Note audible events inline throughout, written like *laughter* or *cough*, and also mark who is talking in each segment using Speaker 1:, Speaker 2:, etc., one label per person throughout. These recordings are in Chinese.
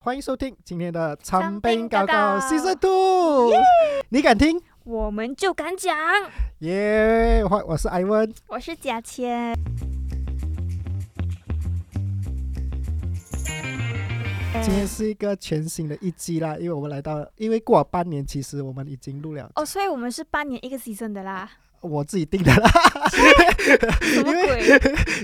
Speaker 1: 欢迎收听今天的《长兵
Speaker 2: 兵
Speaker 1: 搞
Speaker 2: 搞
Speaker 1: 搞
Speaker 2: 搞
Speaker 1: Season Two》，你敢听？
Speaker 2: 我们就敢讲。
Speaker 1: 耶！我我是艾文，
Speaker 2: 我是贾谦，呃
Speaker 1: 今天是一个全新的一季啦，因为我们来到，因为过了半年，其实我们已经录了
Speaker 2: 哦，所以我们是半年一个 season 的啦，
Speaker 1: *laughs* 我自己定的啦， *laughs*
Speaker 2: 什么鬼？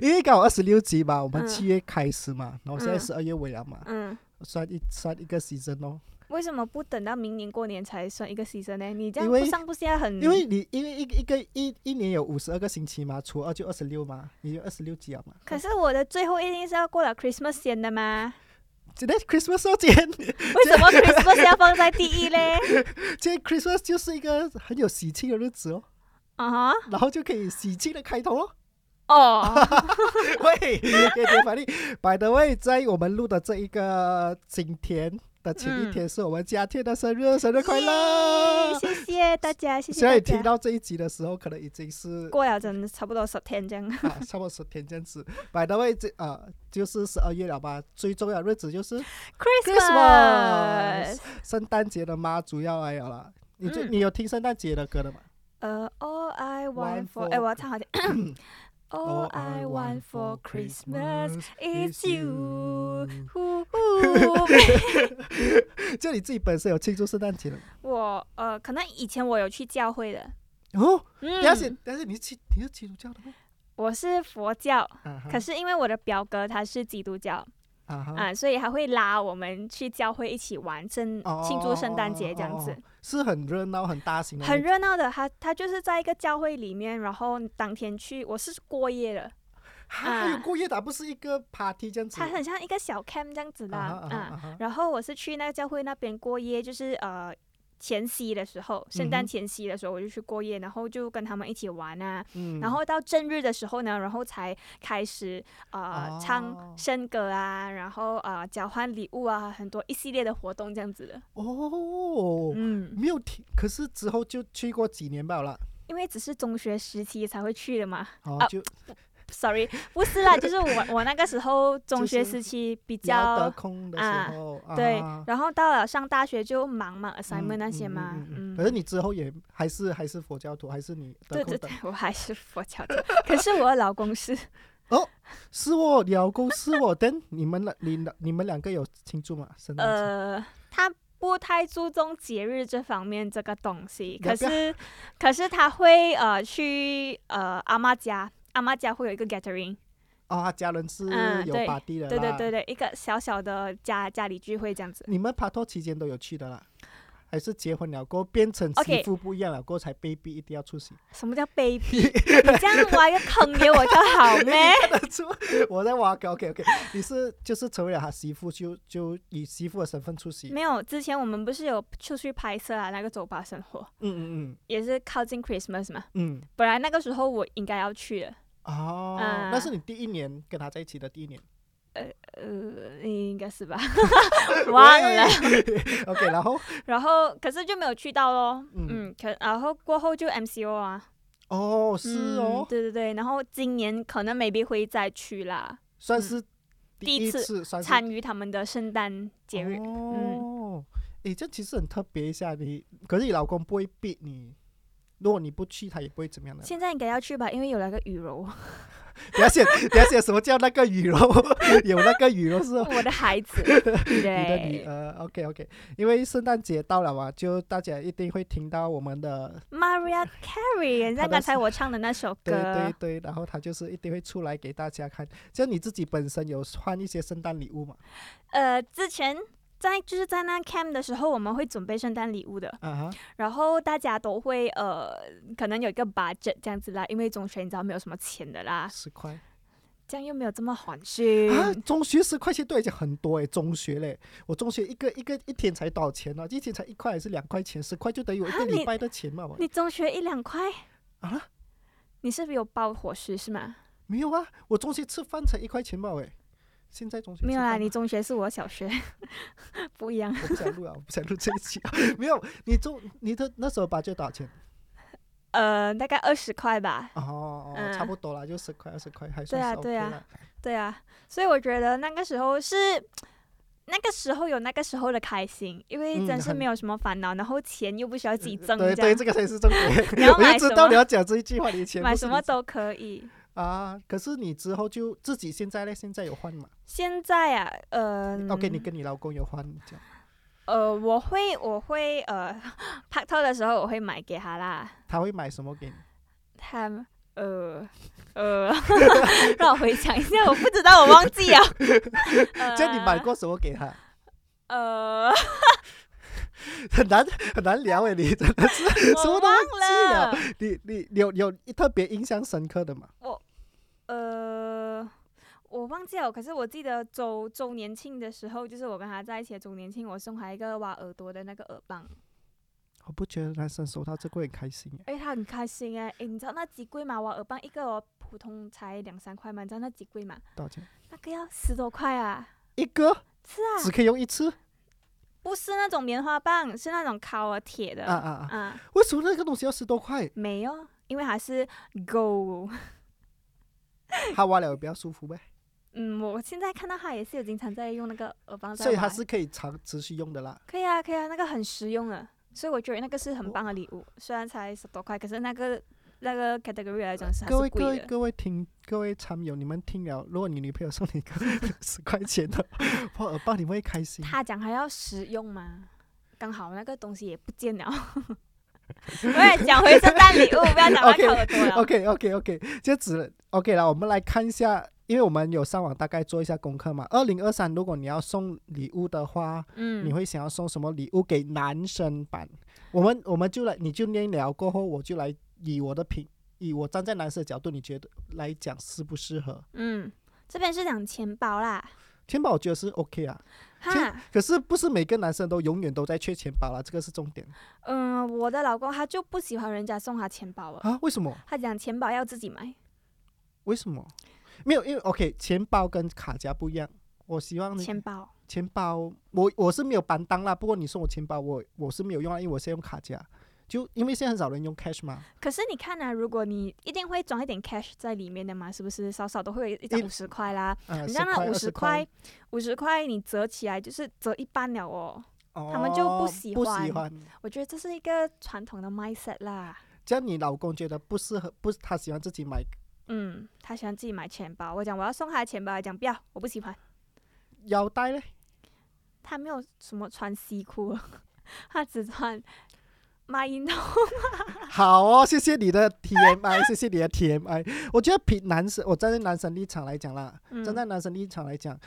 Speaker 1: 因为刚好二十六集嘛，我们
Speaker 2: 嗯
Speaker 1: 七月开始嘛，然后现在
Speaker 2: 嗯
Speaker 1: 十二月尾了嘛，
Speaker 2: 嗯，
Speaker 1: 算一算一个 season 哦。
Speaker 2: 为什么不等到明年过年才算一个 season 呢？你这样
Speaker 1: 因为
Speaker 2: 不上不下很，
Speaker 1: 因为你因为一个一个一一年有五十二个星期嘛，除二就二十六嘛，你有二十六集了嘛。
Speaker 2: 可是我的最后一定是要过了 Christmas 先
Speaker 1: *laughs*
Speaker 2: 的嘛？
Speaker 1: 今天 Christmas 哦，今天
Speaker 2: 为什么 Christmas 要放在第
Speaker 1: *laughs*
Speaker 2: 一嘞？
Speaker 1: 今天 Christmas 就是一个很有喜庆的日子哦，
Speaker 2: 啊哈，
Speaker 1: 然后就可以喜庆的开头
Speaker 2: *laughs*
Speaker 1: 哦。
Speaker 2: 哦，
Speaker 1: 喂， *laughs* 给点反应。By the way，在我们录的这一个今天的前一天，是我们家天的生日，生日快乐！
Speaker 2: 哦谢谢大家，谢谢
Speaker 1: 虽然
Speaker 2: 大
Speaker 1: 你听
Speaker 2: 家。
Speaker 1: 到这一集的时候，可能已经是
Speaker 2: 过了真的差不多十天这样，
Speaker 1: 啊，差不多十天这样子。By the way，这啊、就是十二月了吧？最重要的日子就是
Speaker 2: Christmas
Speaker 1: 圣诞节的妈祖要来了啦。你最、
Speaker 2: 嗯
Speaker 1: 你有听圣诞节的歌的吗？
Speaker 2: 呃，All I
Speaker 1: One
Speaker 2: want for，
Speaker 1: for-
Speaker 2: 哎，我要唱好听。All I want for Christmas is you。呼呼
Speaker 1: 就你自己本身有庆祝圣诞节的吗
Speaker 2: 我呃，可能以前我有去教会的，
Speaker 1: 哦，但是
Speaker 2: 嗯，
Speaker 1: 但是你是基你是基督教的吗？
Speaker 2: 我是佛教，
Speaker 1: 啊哈
Speaker 2: 可是因为我的表哥他是基督教
Speaker 1: 啊哈，
Speaker 2: 啊，所以还会拉我们去教会一起玩圣
Speaker 1: 哦
Speaker 2: 庆祝圣诞节这样
Speaker 1: 哦
Speaker 2: 子
Speaker 1: 哦，是很热闹、很大型的那种，
Speaker 2: 很热闹的。他他就是在一个教会里面，然后当天去，我是过夜的，
Speaker 1: 哈。还有
Speaker 2: 啊
Speaker 1: 过夜打不是一个 party 这样子？
Speaker 2: 它很像一个小 camp 这样子的
Speaker 1: 啊哈啊哈
Speaker 2: 啊
Speaker 1: 啊哈
Speaker 2: 然后我是去那个教会那边过夜，就是呃前夕的时候，
Speaker 1: 嗯
Speaker 2: 圣
Speaker 1: 哼
Speaker 2: 诞前夕的时候我就去过夜，然后就跟他们一起玩啊，
Speaker 1: 嗯
Speaker 2: 然后到正日的时候呢，然后才开始呃、
Speaker 1: 哦
Speaker 2: 唱圣歌啊，然后呃交换礼物啊，很多一系列的活动这样子的。
Speaker 1: 哦，
Speaker 2: 嗯，
Speaker 1: 没有听，可是之后就去过几年罢了啦。
Speaker 2: 因为只是中学时期才会去的嘛。
Speaker 1: 哦
Speaker 2: 啊，
Speaker 1: 就
Speaker 2: Sorry，不是啦，就是我我那个时候中学
Speaker 1: 就是
Speaker 2: 时期
Speaker 1: 比
Speaker 2: 比
Speaker 1: 较
Speaker 2: 较
Speaker 1: 得空的
Speaker 2: 啊
Speaker 1: 时候，啊
Speaker 2: 对
Speaker 1: 哈，
Speaker 2: 然后到了上大学就忙嘛
Speaker 1: 嗯
Speaker 2: ，assignment 那些嘛，
Speaker 1: 嗯嗯嗯
Speaker 2: 嗯
Speaker 1: 可是你之后也还是还是佛教徒，还是你得
Speaker 2: 对
Speaker 1: 空
Speaker 2: 对
Speaker 1: 的
Speaker 2: 对，我还是佛教徒， *laughs* 可是我的老公 *laughs* 是
Speaker 1: 是哦，聊公是哦。等你们两你你们两个有庆祝吗？圣诞节？
Speaker 2: 呃，他不太注重节日这方面这个东西，
Speaker 1: 要
Speaker 2: 可
Speaker 1: 不要
Speaker 2: 是可是他会呃去呃阿妈家，阿妈家会有一个 gathering，
Speaker 1: 啊，家人是
Speaker 2: 嗯
Speaker 1: 有
Speaker 2: 对
Speaker 1: party 的啦。
Speaker 2: 对对对对，一个小小的家家里聚会这样子。
Speaker 1: 你们拍拖期间都有去的啦，还是结婚了过后变成媳
Speaker 2: OK
Speaker 1: 妇不一样了过后才被逼一定要出
Speaker 2: *laughs*
Speaker 1: 席？
Speaker 2: 什么叫 baby？你这样挖一个坑给我就好 *laughs* 咩？
Speaker 1: 看得出我在挖坑。OK OK，你是就是成为了他媳妇，就就以媳妇的身份出席。嗯
Speaker 2: 没有，之前我们不是有出去拍摄啊，那个酒吧生活
Speaker 1: 嗯
Speaker 2: 也是靠近 Christmas 嘛，
Speaker 1: 嗯嗯。
Speaker 2: 本来那个时候我应该要去的，
Speaker 1: 哦，
Speaker 2: 啊
Speaker 1: 那是你第一年跟他在一起的第一年，
Speaker 2: 呃，应该
Speaker 1: *laughs*
Speaker 2: 是吧，忘了。
Speaker 1: 喂。OK，然后
Speaker 2: 然后可是就没有去到咯，
Speaker 1: 嗯
Speaker 2: 嗯可然后过后就 MCO 啊，
Speaker 1: 哦，是
Speaker 2: 嗯
Speaker 1: 哦，
Speaker 2: 对对对，然后今年可能 maybe 会再去啦，
Speaker 1: 算是
Speaker 2: 嗯第一
Speaker 1: 一
Speaker 2: 次
Speaker 1: 次，啊算是
Speaker 2: 参与他们的圣诞节日。嗯
Speaker 1: 哦，诶，这其实很特别一下，你可是你老公不会逼你，如果你不去，他也不会怎么样的。
Speaker 2: 现在应该要去吧，因为有那个羽
Speaker 1: *laughs*
Speaker 2: 柔，
Speaker 1: 了解了解什么叫那个羽绒，有那个羽绒是哦
Speaker 2: 我的孩子，
Speaker 1: *laughs* 你的女
Speaker 2: 对，
Speaker 1: 儿。OK OK，因呃为圣诞节到了嘛，就大家一定会听到我们的
Speaker 2: Maria
Speaker 1: *laughs*
Speaker 2: Carey，很像刚才我唱的那首
Speaker 1: 对对
Speaker 2: 歌。
Speaker 1: 对，然后他就是一定会出来给大家看。就你自己本身有换一些圣诞礼物嘛？
Speaker 2: 呃，之前在就是在那 camp 的时候，我们会准备圣诞礼物的。
Speaker 1: 啊哈，
Speaker 2: 然后大家都会呃，可能有一个 budget 这样子啦，因为中学你知道没有什么钱的啦，
Speaker 1: 十块
Speaker 2: 这样又没有这么缓训。
Speaker 1: 啊！中学十块钱对我来讲很多诶，中学嘞，我中学一个一个一天才多少钱呢、一天才一块还是两块钱？十块就等于我一个
Speaker 2: 啊
Speaker 1: 礼
Speaker 2: 你
Speaker 1: 拜的钱嘛。我
Speaker 2: 你中学一两块，
Speaker 1: 啊，
Speaker 2: 你是不是有包伙食是吗？
Speaker 1: 没有啊，我中学吃饭才一块钱嘛，诶，现在中学
Speaker 2: 没有
Speaker 1: 吃
Speaker 2: 啦，
Speaker 1: 饭
Speaker 2: 你中学是我小学， *laughs* 不一样。
Speaker 1: 我不想录啊，我 *laughs* 不想录这一期、啊。没有，你中你的那时候把这多少钱？
Speaker 2: 呃，大概二十块吧。
Speaker 1: 哦，
Speaker 2: 嗯
Speaker 1: 差不多啦，就十块二十块，还
Speaker 2: 对
Speaker 1: 算
Speaker 2: 啊
Speaker 1: 是 OK
Speaker 2: 对
Speaker 1: 啦。
Speaker 2: 啊对啊，所以我觉得那个时候是那个时候有那个时候的开心，因为
Speaker 1: 嗯
Speaker 2: 真是
Speaker 1: 很呃
Speaker 2: 没有什么烦恼，然后钱又不需要自己挣，
Speaker 1: 对
Speaker 2: 这
Speaker 1: 对，
Speaker 2: 样
Speaker 1: 这个才是重点。
Speaker 2: *laughs* 你
Speaker 1: *laughs*
Speaker 2: 要
Speaker 1: 我
Speaker 2: 买
Speaker 1: 就
Speaker 2: 什
Speaker 1: 知道你
Speaker 2: 么
Speaker 1: 要讲这一句话，你以前
Speaker 2: 买
Speaker 1: 不是
Speaker 2: 什么
Speaker 1: 你
Speaker 2: 都可以。
Speaker 1: 啊？可是你之后就自己现在呢？现在有换吗、
Speaker 2: 现在啊，呃
Speaker 1: o k 你跟你老公有换这样
Speaker 2: 呃，我会我会呃，拍拖的时候我会买给他啦，
Speaker 1: 他会买什么给你？
Speaker 2: 他呃呃， *laughs* 让我回想一下，我不知道，我忘记了。
Speaker 1: *laughs*
Speaker 2: 啊
Speaker 1: 这样你买过什么给他？ *laughs*
Speaker 2: 呃？呃，
Speaker 1: 很难很难聊诶，你真 *laughs* 的是什
Speaker 2: 我
Speaker 1: 么都啊
Speaker 2: 忘
Speaker 1: 忘
Speaker 2: 了。
Speaker 1: 你你你有有特别印象深刻的吗？
Speaker 2: 呃，我忘记了，可是我记得周周年庆的时候，就是我跟他在一起的周年庆，我送他一个挖耳朵的那个耳棒，
Speaker 1: 我不觉得男生收到这个会很开心欸诶。
Speaker 2: 哎，他很开心哎、哎，你知道那几贵吗？挖耳棒一个哦，普通才两三块嘛，你知道那几贵吗？
Speaker 1: 道歉，
Speaker 2: 那个要十多块啊，
Speaker 1: 一个
Speaker 2: 是啊，
Speaker 1: 只可以用一次
Speaker 2: 不是那种棉花棒，是那种烤了铁的
Speaker 1: 啊啊啊！
Speaker 2: 啊
Speaker 1: 为什么那个东西要十多块？
Speaker 2: 没有，因为它是 gold。
Speaker 1: 他挖了比较舒服呗，
Speaker 2: 嗯，我现在看到它也是有经常在用那个耳棒在
Speaker 1: 所以它
Speaker 2: 玩
Speaker 1: 是可以长持续用的啦。
Speaker 2: 可以啊，可以啊，那个很实用啊，所以我觉得那个是很
Speaker 1: 我
Speaker 2: 棒的礼物，虽然才十多块，可是那个那个 category 来讲是还
Speaker 1: 各
Speaker 2: 是
Speaker 1: 位各
Speaker 2: 贵
Speaker 1: 位
Speaker 2: 的。
Speaker 1: 各位听各位参友，你们听了，如果你女朋友送你一个 *laughs* 十块钱的 *laughs* 挖耳棒，你们会开心？
Speaker 2: 他讲还要实用嘛，刚好那个东西也不见
Speaker 1: *laughs*
Speaker 2: 了。我也讲回圣诞礼物，不要讲到
Speaker 1: OK，
Speaker 2: 烤耳朵了。
Speaker 1: *laughs* OK OK OK，就只 OK 了。我们来看一下，因为我们有上网大概做一下功课嘛。二零二三，如果你要送礼物的话，你
Speaker 2: 嗯，
Speaker 1: 会想要送什么礼物给男生版？我们我们就来，你就念了过后，我就来以我的品，以我站在男生的角度，你觉得来讲适不适合？
Speaker 2: 嗯，这边是讲钱包啦，
Speaker 1: 天宝我觉得是 OK 啊，
Speaker 2: 哈。
Speaker 1: 可是不是每个男生都永远都在缺钱包啊啦，这个是重点
Speaker 2: 嗯，我的老公他就不喜欢人家送他钱包了，
Speaker 1: 啊？为什么？
Speaker 2: 他讲钱包要自己买，
Speaker 1: 为什么？没有，因为 OK，钱包跟卡夹不一样。我希望你
Speaker 2: 钱包。
Speaker 1: 钱包，我我是没有板当啦。不过你送我钱包，我我是没有用啊，因为我现在用卡夹，就因为现在很少人用 cash 嘛。
Speaker 2: 可是你看啊，如果你一定会装一点 cash 在里面的嘛，是不是？少少都会有一张
Speaker 1: 一
Speaker 2: 五十块啦。
Speaker 1: 呃，
Speaker 2: 你
Speaker 1: 十
Speaker 2: 像那
Speaker 1: 块、
Speaker 2: 五
Speaker 1: 二
Speaker 2: 十
Speaker 1: 十
Speaker 2: 块，，五十块你折起来就是折一半了哦。
Speaker 1: 他
Speaker 2: 他们就不喜
Speaker 1: 喜不
Speaker 2: 欢
Speaker 1: 欢。
Speaker 2: 我觉得这是一个传统的 mindset 啦。
Speaker 1: 这样你老公觉得不适合，不他喜欢自己买，
Speaker 2: 嗯，他喜欢自己买钱包，我讲我要送他的钱包，他讲不要，我不喜欢。
Speaker 1: 腰带嘞？
Speaker 2: 他没有什么穿西裤， *laughs* 他只穿 *laughs* 孖音筒。
Speaker 1: 好哦，谢谢你的 TMI，谢谢你的 TMI。我觉得比男生，我站在男生立场来讲啦，
Speaker 2: 嗯
Speaker 1: 站在男生立场来讲，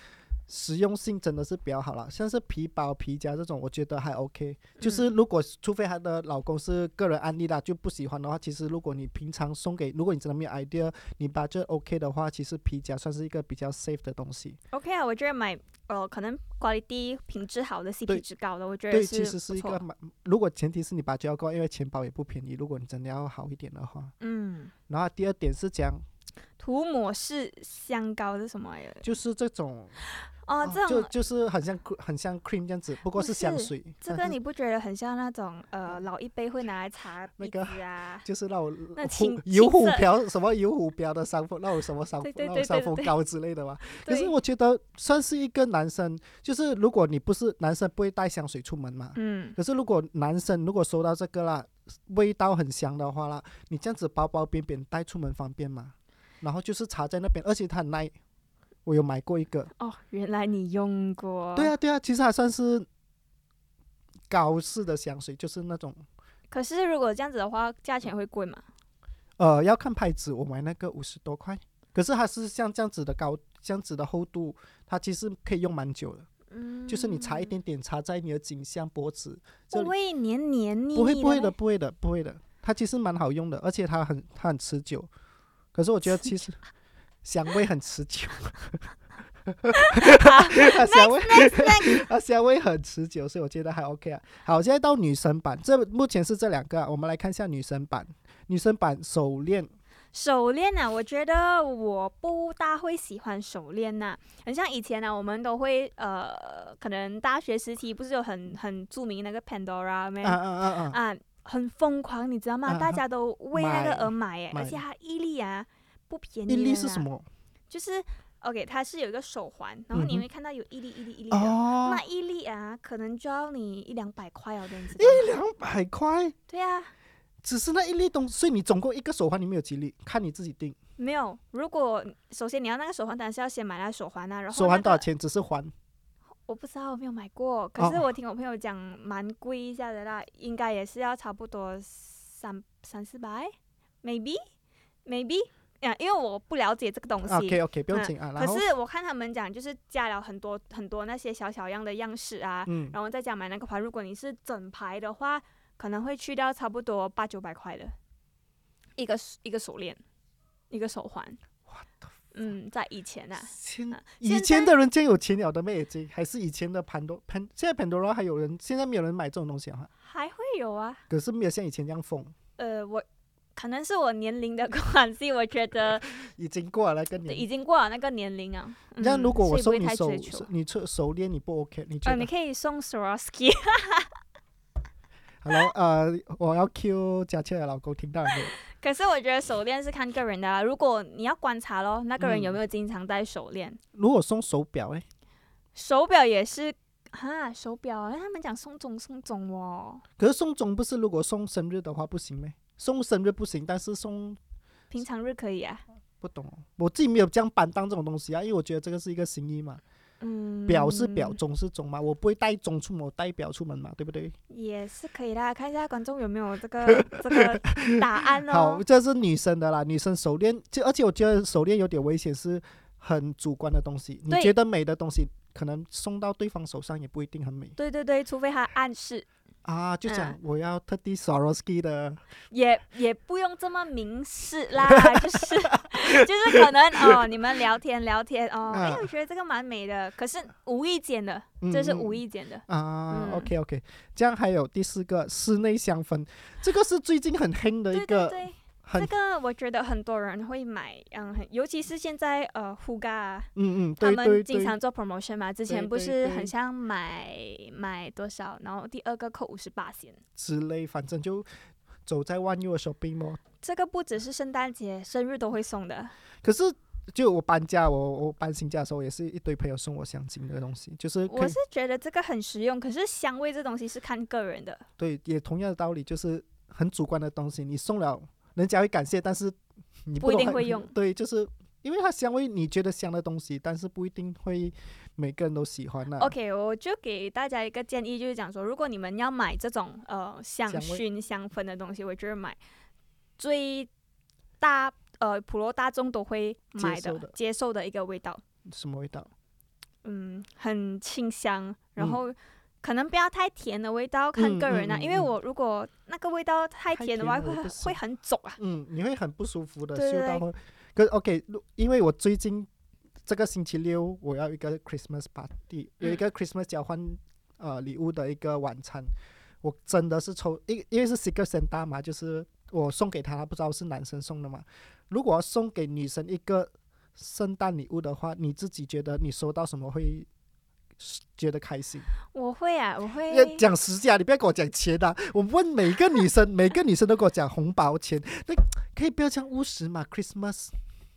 Speaker 1: 实用性真的是比较好啦。像是皮包、皮夹这种，我觉得还 OK。就是
Speaker 2: 嗯
Speaker 1: 如果除非她的老公是个人案例啦，就不喜欢的话，其实如果你平常送给，如果你真的没有 idea，你把这 OK 的话，其实皮夹算是一个比较 safe 的东西。
Speaker 2: OK 啊，我觉得买呃可能 quality 品质好的 CP
Speaker 1: 对
Speaker 2: 值高的，我觉得
Speaker 1: 对，
Speaker 2: 是
Speaker 1: 其
Speaker 2: 不
Speaker 1: 实是一
Speaker 2: 错
Speaker 1: 个蛮，如果前提是你把这要够，因为钱包也不便宜。如果你真的要好一点的话，
Speaker 2: 嗯，
Speaker 1: 然后第二点是讲，
Speaker 2: 涂抹式香膏是什么来的？
Speaker 1: 就是这种。
Speaker 2: 哦，
Speaker 1: 哦
Speaker 2: 这
Speaker 1: 就
Speaker 2: 种
Speaker 1: 就是很像 cre- 很像 cream 这样子，不过
Speaker 2: 不
Speaker 1: 是香
Speaker 2: 是
Speaker 1: 水。
Speaker 2: 这
Speaker 1: 但
Speaker 2: 个
Speaker 1: 是
Speaker 2: 你不觉得很像那种呃老一辈会拿来擦
Speaker 1: 那
Speaker 2: 鼻
Speaker 1: 个
Speaker 2: 子
Speaker 1: *laughs*
Speaker 2: 啊？
Speaker 1: 就是那种
Speaker 2: 那
Speaker 1: 虎
Speaker 2: 青
Speaker 1: 有
Speaker 2: 青
Speaker 1: 虎
Speaker 2: 色
Speaker 1: 标 *laughs* 什么有虎标的伤风，那种什么伤
Speaker 2: 对
Speaker 1: 风
Speaker 2: 对
Speaker 1: 那
Speaker 2: 对
Speaker 1: 种伤
Speaker 2: 对
Speaker 1: 风
Speaker 2: 对
Speaker 1: 膏之类的吧。 *laughs* 可是
Speaker 2: 对
Speaker 1: 我觉得算是一个男生，就是如果你不是男生不会带香水出门嘛，
Speaker 2: 嗯，
Speaker 1: 可是如果男生如果收到这个啦，味道很香的话啦，你这样子包包边边带出门方便嘛？然后就是插在那边，而且它很耐，我有买过一个。
Speaker 2: 哦，原来你用过。
Speaker 1: 对。啊对啊，其实还算是高式的香水，就是那种
Speaker 2: 可是如果这样子的话，价钱会贵嘛？
Speaker 1: 呃要看牌子，我买那个五十多块，可是它是像这样子的高，这样子的厚度，它其实可以用蛮久的，
Speaker 2: 嗯，
Speaker 1: 就是你擦一点点，擦在你的颈项、脖子这
Speaker 2: 不
Speaker 1: 里，
Speaker 2: 会黏黏腻
Speaker 1: 不会
Speaker 2: 腻
Speaker 1: 不会
Speaker 2: 的
Speaker 1: 的，
Speaker 2: 咩，
Speaker 1: 不会的，不会的，它其实蛮好用的，而且它很它很持久，可是我觉得其
Speaker 2: *laughs*
Speaker 1: 实香味很持久。 *laughs* 啊，香味， *laughs* 啊，香味很持久，所以我觉得还 OK 啊。好，现在到女神版，这目前是这两个、啊，我们来看一下女神版。女神版手链，
Speaker 2: 手链啊，我觉得我不大会喜欢手链呐、很像以前呢、啊我们都会呃，可能大学时期不是有很很著名那个 Pandora 咩
Speaker 1: 啊啊啊啊，
Speaker 2: 啊，很疯狂，你知道吗？
Speaker 1: 啊
Speaker 2: 大家都为那
Speaker 1: 买
Speaker 2: 个而买耶，
Speaker 1: 买
Speaker 2: 而且它一粒啊不便宜。
Speaker 1: 一粒是什？么？
Speaker 2: 就是 OK，它是有一个手环，然后
Speaker 1: 嗯
Speaker 2: 你
Speaker 1: 哼
Speaker 2: 会看到有一粒一粒一粒的，啊
Speaker 1: 哦
Speaker 2: 那，一粒啊，可能就要你一两百块哦，这样子。
Speaker 1: 一两百块，
Speaker 2: 对啊，
Speaker 1: 只是那一粒东西，所以你总共一个手环里面有几粒，看你自己定。
Speaker 2: 没有。如果首先你要那个手环，当然是要先买那个手环啊。然后、
Speaker 1: 手环多少？钱？只是环
Speaker 2: 我不知道，我没有买过。可是
Speaker 1: 哦
Speaker 2: 我听我朋友讲，蛮贵一下的啦，应该也是要差不多三三四百，maybe maybe 呀、因为我不了解这个东西。
Speaker 1: ，OK OK，不用
Speaker 2: 嗯
Speaker 1: 紧啊。然
Speaker 2: 可
Speaker 1: 后，
Speaker 2: 是我看他们讲，就是加了很多很多那些小小样的样式啊，
Speaker 1: 嗯，
Speaker 2: 然后再加买那个牌。如果你是整牌的话，可能会去掉差不多八九百块的一个一个手链，一个手环。嗯，在以前啊，
Speaker 1: 现
Speaker 2: 啊
Speaker 1: 以
Speaker 2: 现
Speaker 1: 前
Speaker 2: 在
Speaker 1: 的人真有钱了的妹已经，还是以前的潘多潘，现在潘多拉还有人，现在没有人买这种东西啊，
Speaker 2: 还会有啊。
Speaker 1: 可是没有像以前这样疯，
Speaker 2: 呃，我可能是我年龄的关系，我觉
Speaker 1: *laughs*
Speaker 2: 得
Speaker 1: 已经过了那个
Speaker 2: 已
Speaker 1: 年。
Speaker 2: 经过了那个年龄啊。嗯、
Speaker 1: 那如果我
Speaker 2: 所
Speaker 1: 送
Speaker 2: 以
Speaker 1: 嗯
Speaker 2: 不
Speaker 1: 你
Speaker 2: 会太
Speaker 1: 手
Speaker 2: 追求，
Speaker 1: 你出手链，你不 OK？你觉
Speaker 2: 呃，
Speaker 1: 得
Speaker 2: 你？可以送 Swarovski *laughs*
Speaker 1: 好了，呃，我要 Q 佳倩的老公听到了没有？ *laughs*
Speaker 2: 可是我觉得手链是看个人的、啊，如果你要观察咯，那个人
Speaker 1: 嗯
Speaker 2: 有没有经常戴手链？
Speaker 1: 如果送手表哎，
Speaker 2: 手表也是哈，手表啊，那他们讲送总送总哦，
Speaker 1: 可是送钟不是，如果送生日的话不行咩？送生日不行，但是送
Speaker 2: 平常日可以
Speaker 1: *laughs*
Speaker 2: 啊。
Speaker 1: 不懂哦，我自己没有这样板当这种东西啊，因为我觉得这个是一个心意嘛。
Speaker 2: 嗯，
Speaker 1: 表是表，钟是钟嘛，我不会带钟出门，我带表出门嘛，对不对？
Speaker 2: 也是可以啦。看一下观众有没有
Speaker 1: *laughs*
Speaker 2: 这个这个答案哦
Speaker 1: 好，。这是女生的啦，女生手链，就而且我觉得手链有点危险，是很主观的东西。你
Speaker 2: 对
Speaker 1: 觉得美的东西，可能送到对方手上也不一定很美
Speaker 2: 对对对，除非他暗示，
Speaker 1: 啊。就讲
Speaker 2: 嗯
Speaker 1: 我要特地 Swarovski 的，
Speaker 2: 也 *laughs* 也不用这么明示啦，就是 *laughs* 就是可能哦，你们聊天聊天哦，哎、
Speaker 1: 嗯
Speaker 2: 我觉得这个蛮美的，可是无意间的，
Speaker 1: 嗯
Speaker 2: 这是
Speaker 1: 嗯
Speaker 2: 无意间的。
Speaker 1: 啊
Speaker 2: 嗯
Speaker 1: OK OK，这样还有第四个室内香氛，这个是最近很黑的一
Speaker 2: 对
Speaker 1: 个
Speaker 2: 对对，
Speaker 1: 很
Speaker 2: 这个我觉得很多人会买，嗯，很尤其是现在呃，Huga 啊
Speaker 1: 嗯嗯，
Speaker 2: 他
Speaker 1: 对对
Speaker 2: 们经
Speaker 1: 对，
Speaker 2: 常做 promotion 嘛，之前
Speaker 1: 对
Speaker 2: 不
Speaker 1: 对
Speaker 2: 是
Speaker 1: 对
Speaker 2: 很像买买多少，然后第二个扣五十八先。
Speaker 1: 之类，反正就走在万佑的 shopping mall。
Speaker 2: 这个不只是圣诞节、生日都会送的，
Speaker 1: 可是就我搬家，我我搬新家的时候，也是一堆朋友送我香精的东西，就是可
Speaker 2: 我
Speaker 1: 以
Speaker 2: 是觉得这个很实用。可是香味这东西是看个人的，
Speaker 1: 对，也同样的道理，就是很主观的东西，你送了人家会感谢，但是你
Speaker 2: 不一
Speaker 1: 懂
Speaker 2: 定
Speaker 1: 它
Speaker 2: 会用
Speaker 1: *laughs* 对，就是因为它香味，你觉得香的东西，但是不一定会每个人都喜欢呐、
Speaker 2: OK，我就给大家一个建议，就是讲说，如果你们要买这种呃香
Speaker 1: 香味
Speaker 2: 薰、香氛的东西，我觉得买最大呃普罗大众都会买
Speaker 1: 接
Speaker 2: 的
Speaker 1: 受的
Speaker 2: 接受的一个味道，
Speaker 1: 什么味道？
Speaker 2: 嗯，很清香，然
Speaker 1: 嗯
Speaker 2: 后可能不要太甜的味道，看
Speaker 1: 嗯
Speaker 2: 个人啊，
Speaker 1: 嗯嗯
Speaker 2: 因为
Speaker 1: 嗯
Speaker 2: 我如果那个味道太
Speaker 1: 太
Speaker 2: 甜的
Speaker 1: 甜
Speaker 2: 话，
Speaker 1: 了我
Speaker 2: 会
Speaker 1: 不
Speaker 2: 很
Speaker 1: 行
Speaker 2: 会很肿
Speaker 1: *laughs*
Speaker 2: 啊。
Speaker 1: 嗯，你会很不舒服的，
Speaker 2: 对
Speaker 1: 嗅
Speaker 2: 对
Speaker 1: 到
Speaker 2: 对
Speaker 1: 会。可 OK，如因为我最近这个星期六我要一个 Christmas party，、有一
Speaker 2: 嗯
Speaker 1: 个 Christmas 交换呃礼物的一个晚餐，我真的是抽，因因为是 Secret Santa 嘛，就是我送给他，不知道是男生送的嘛。如果要送给女生一个圣诞礼物的话，你自己觉得你收到什么会觉得开心？
Speaker 2: 我会啊，我会
Speaker 1: 要讲实价，你不要跟我讲钱啊！我问每个女生， *laughs* 每个女生都跟我讲红包钱，那可以不要讲务实嘛？Christmas，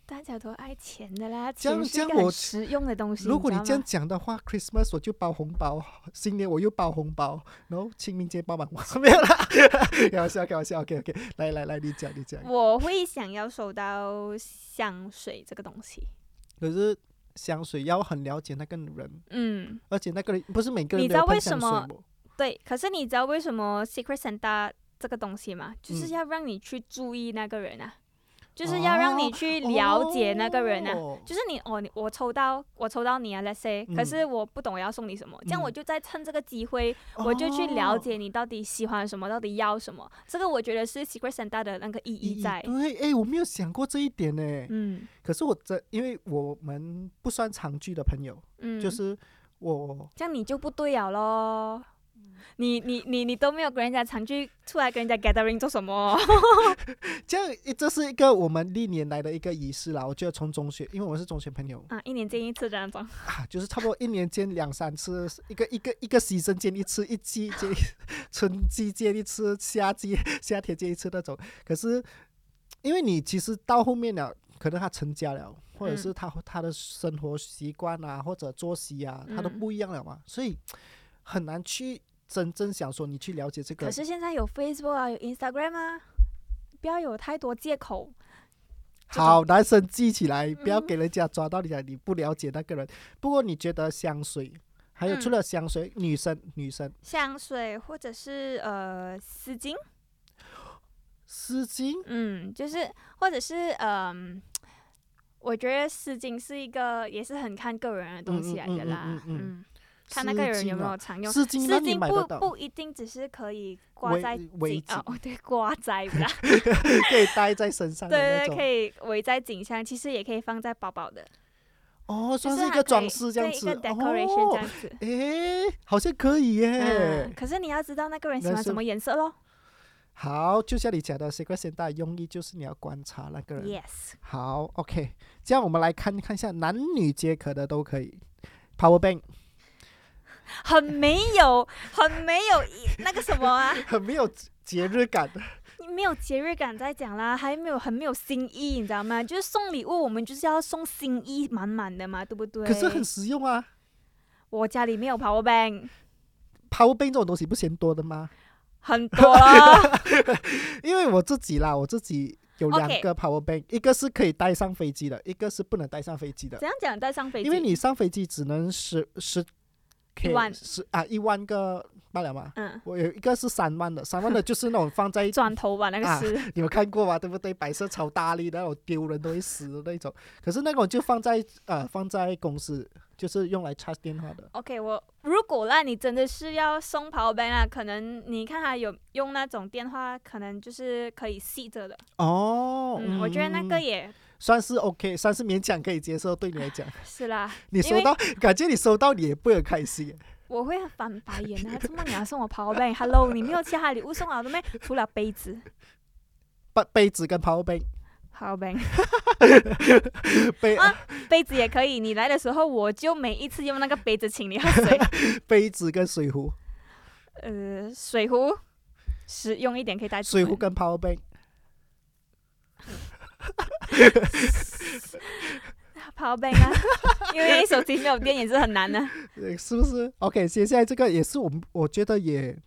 Speaker 2: 大家都爱钱的啦，
Speaker 1: 这样
Speaker 2: 钱是一
Speaker 1: 这
Speaker 2: 个
Speaker 1: 样
Speaker 2: 很
Speaker 1: 我
Speaker 2: 实用的东西。
Speaker 1: 如果你
Speaker 2: 你知
Speaker 1: 这
Speaker 2: 道
Speaker 1: 样
Speaker 2: 吗
Speaker 1: 讲的话，Christmas 我就包红包，新年我又包红包，然后清明节包满
Speaker 2: *laughs*
Speaker 1: 我没有啦，开玩笑，开玩笑，OK OK，来来来，你讲你讲。
Speaker 2: 我会想要收到香水这个东西。
Speaker 1: 可是香水要很了解那个人，
Speaker 2: 嗯，
Speaker 1: 而且那个人不是每个人
Speaker 2: 你
Speaker 1: 都
Speaker 2: 知道
Speaker 1: 要喷
Speaker 2: 为什
Speaker 1: 香水
Speaker 2: 么
Speaker 1: 么？
Speaker 2: 对。可是你知道为什么 Secret Santa 这个东西吗？就是
Speaker 1: 嗯
Speaker 2: 要让你去注意那个人啊，就是要让你
Speaker 1: 哦
Speaker 2: 去了解那个人啊。
Speaker 1: 哦
Speaker 2: 就是你哦，你我抽到我抽到你啊，Let's say，、可是我不懂我要送你什么，这样我
Speaker 1: 嗯
Speaker 2: 就再趁这个机会，我就去了解你到底喜欢什么，到底要什么。这个我觉得是 Secret Santa 的那个意
Speaker 1: 意
Speaker 2: 义
Speaker 1: 义
Speaker 2: 在。
Speaker 1: 对，哎，我没有想过这一点呢。
Speaker 2: 嗯
Speaker 1: 可是我真，因为我们不算常聚的朋友，
Speaker 2: 嗯，
Speaker 1: 就是我
Speaker 2: 这样你就不对了咯。你你你你都没有跟人家常去出来跟人家 gathering 做什么？
Speaker 1: 这样，这是一个我们历年来的一个仪式啦。我觉得从中学，因为我是中学朋友
Speaker 2: *laughs* 啊，一年见一次的那种。
Speaker 1: 啊，就是差不多一年见两三次，一个一个一个洗生见一次，一季见一春季见一次，夏季夏天见一次那种。可是因为你其实到后面了，可能他成家了，或者
Speaker 2: 嗯
Speaker 1: 是他他的生活习惯啊，或者作息啊，他都
Speaker 2: 嗯
Speaker 1: 不一样了嘛，所以很难去真正想说你去了解这个
Speaker 2: 可。是现在有 Facebook 啊，有 Instagram 啊，不要有太多借口。这种
Speaker 1: 好，男生记起来，不要
Speaker 2: 嗯
Speaker 1: 给人家抓到你讲你不了解那个人。不过你觉得香水，还有除
Speaker 2: 嗯
Speaker 1: 了香水，女生女生
Speaker 2: 香水或者是呃丝巾，
Speaker 1: 丝巾，
Speaker 2: 嗯，就是或者是嗯、我觉得丝巾是一个也是很看个人的东西来的啦，
Speaker 1: 嗯嗯嗯嗯嗯
Speaker 2: 看那个
Speaker 1: 丝
Speaker 2: 人有
Speaker 1: 巾
Speaker 2: 没
Speaker 1: 啊
Speaker 2: 有常用。
Speaker 1: 丝
Speaker 2: 丝
Speaker 1: 巾，那你
Speaker 2: 巾
Speaker 1: 买得
Speaker 2: 不
Speaker 1: 到，
Speaker 2: 不一定只是可以挂
Speaker 1: 围
Speaker 2: 在
Speaker 1: 围
Speaker 2: 颈
Speaker 1: 巾
Speaker 2: 啊，哦对，挂在 *laughs* 啦，
Speaker 1: *laughs* 可以戴在身上的那
Speaker 2: 对对对，
Speaker 1: 种
Speaker 2: 可。以围在颈项，其实也可以放在包包的，
Speaker 1: 哦，
Speaker 2: 就
Speaker 1: 算
Speaker 2: 是
Speaker 1: 一
Speaker 2: 它
Speaker 1: 个
Speaker 2: 可
Speaker 1: 装
Speaker 2: 以
Speaker 1: 饰这样
Speaker 2: 对
Speaker 1: 子哦
Speaker 2: 一个 decoration 这样子。
Speaker 1: 诶，好像可以耶。
Speaker 2: 嗯，可是你要知道那个人喜
Speaker 1: 男
Speaker 2: 欢什
Speaker 1: 生
Speaker 2: 么颜色咯。
Speaker 1: 好，就像你讲的，secret Santa 的用意就是你要观察那个人。
Speaker 2: Yes，
Speaker 1: 好，OK，这样我们来看看一下，男女皆可的都可以。Power bank
Speaker 2: 很没有，很没有一那个什么啊，
Speaker 1: *laughs* 很没有节节日感，
Speaker 2: 你没有节日感在讲啦，还没有很没有新意，你知道吗？就是送礼物，我们就是要送新意满满的嘛，对不对？
Speaker 1: 可是很实用啊。
Speaker 2: 我家里没有 power bank，
Speaker 1: Power bank 这种东西不嫌多的吗？
Speaker 2: 很
Speaker 1: *laughs*
Speaker 2: 多啊
Speaker 1: 因为我自己啦，我自己有两
Speaker 2: OK
Speaker 1: 个 Power bank，一个是可以带上飞机的，一个是不能带上飞机的
Speaker 2: 怎。样讲带上飞机？
Speaker 1: 因为你上飞机只能十十 K
Speaker 2: 万
Speaker 1: 十啊一万个罢了嘛。
Speaker 2: 嗯，
Speaker 1: 我有一个是三万的，三万的就是那种放
Speaker 2: *laughs*
Speaker 1: 在
Speaker 2: 转头吧，那
Speaker 1: 啊
Speaker 2: 个是、
Speaker 1: 你们看过吧？对不对？白色超大力的那种，丢人都会死的那种。可是那种就放在呃放在公司，就是用来插电话的。
Speaker 2: OK。我如果啦，你真的是要送 power bank 啦，可能你看他有用那种电话，可能就是可以吸着的。
Speaker 1: 哦
Speaker 2: 嗯，我觉得那个也
Speaker 1: 算是 OK，算是勉强可以接受。对你来
Speaker 2: *laughs*
Speaker 1: 讲，*laughs*
Speaker 2: 是啦。
Speaker 1: 你收到感觉你收到你也不会很开心。
Speaker 2: 我会翻白眼啊！怎么你要送我 power bank？Hello，你没有其他礼物送我的咩？除了杯子
Speaker 1: 杯杯子跟 power bank
Speaker 2: ，power bank
Speaker 1: 杯、
Speaker 2: 啊 *laughs* 杯子也可以。你来的时候，我就每一次用那个杯子请你喝
Speaker 1: *laughs*
Speaker 2: 水。
Speaker 1: 杯子跟水壶，
Speaker 2: 呃，水壶实用一点，可以带出
Speaker 1: 水
Speaker 2: 门
Speaker 1: 壶跟 power bank
Speaker 2: 啊 power bank 啊，因为手机没有电也是很难
Speaker 1: *laughs*
Speaker 2: 的。
Speaker 1: 呃是不是？OK，接下来这个也是我们我觉得也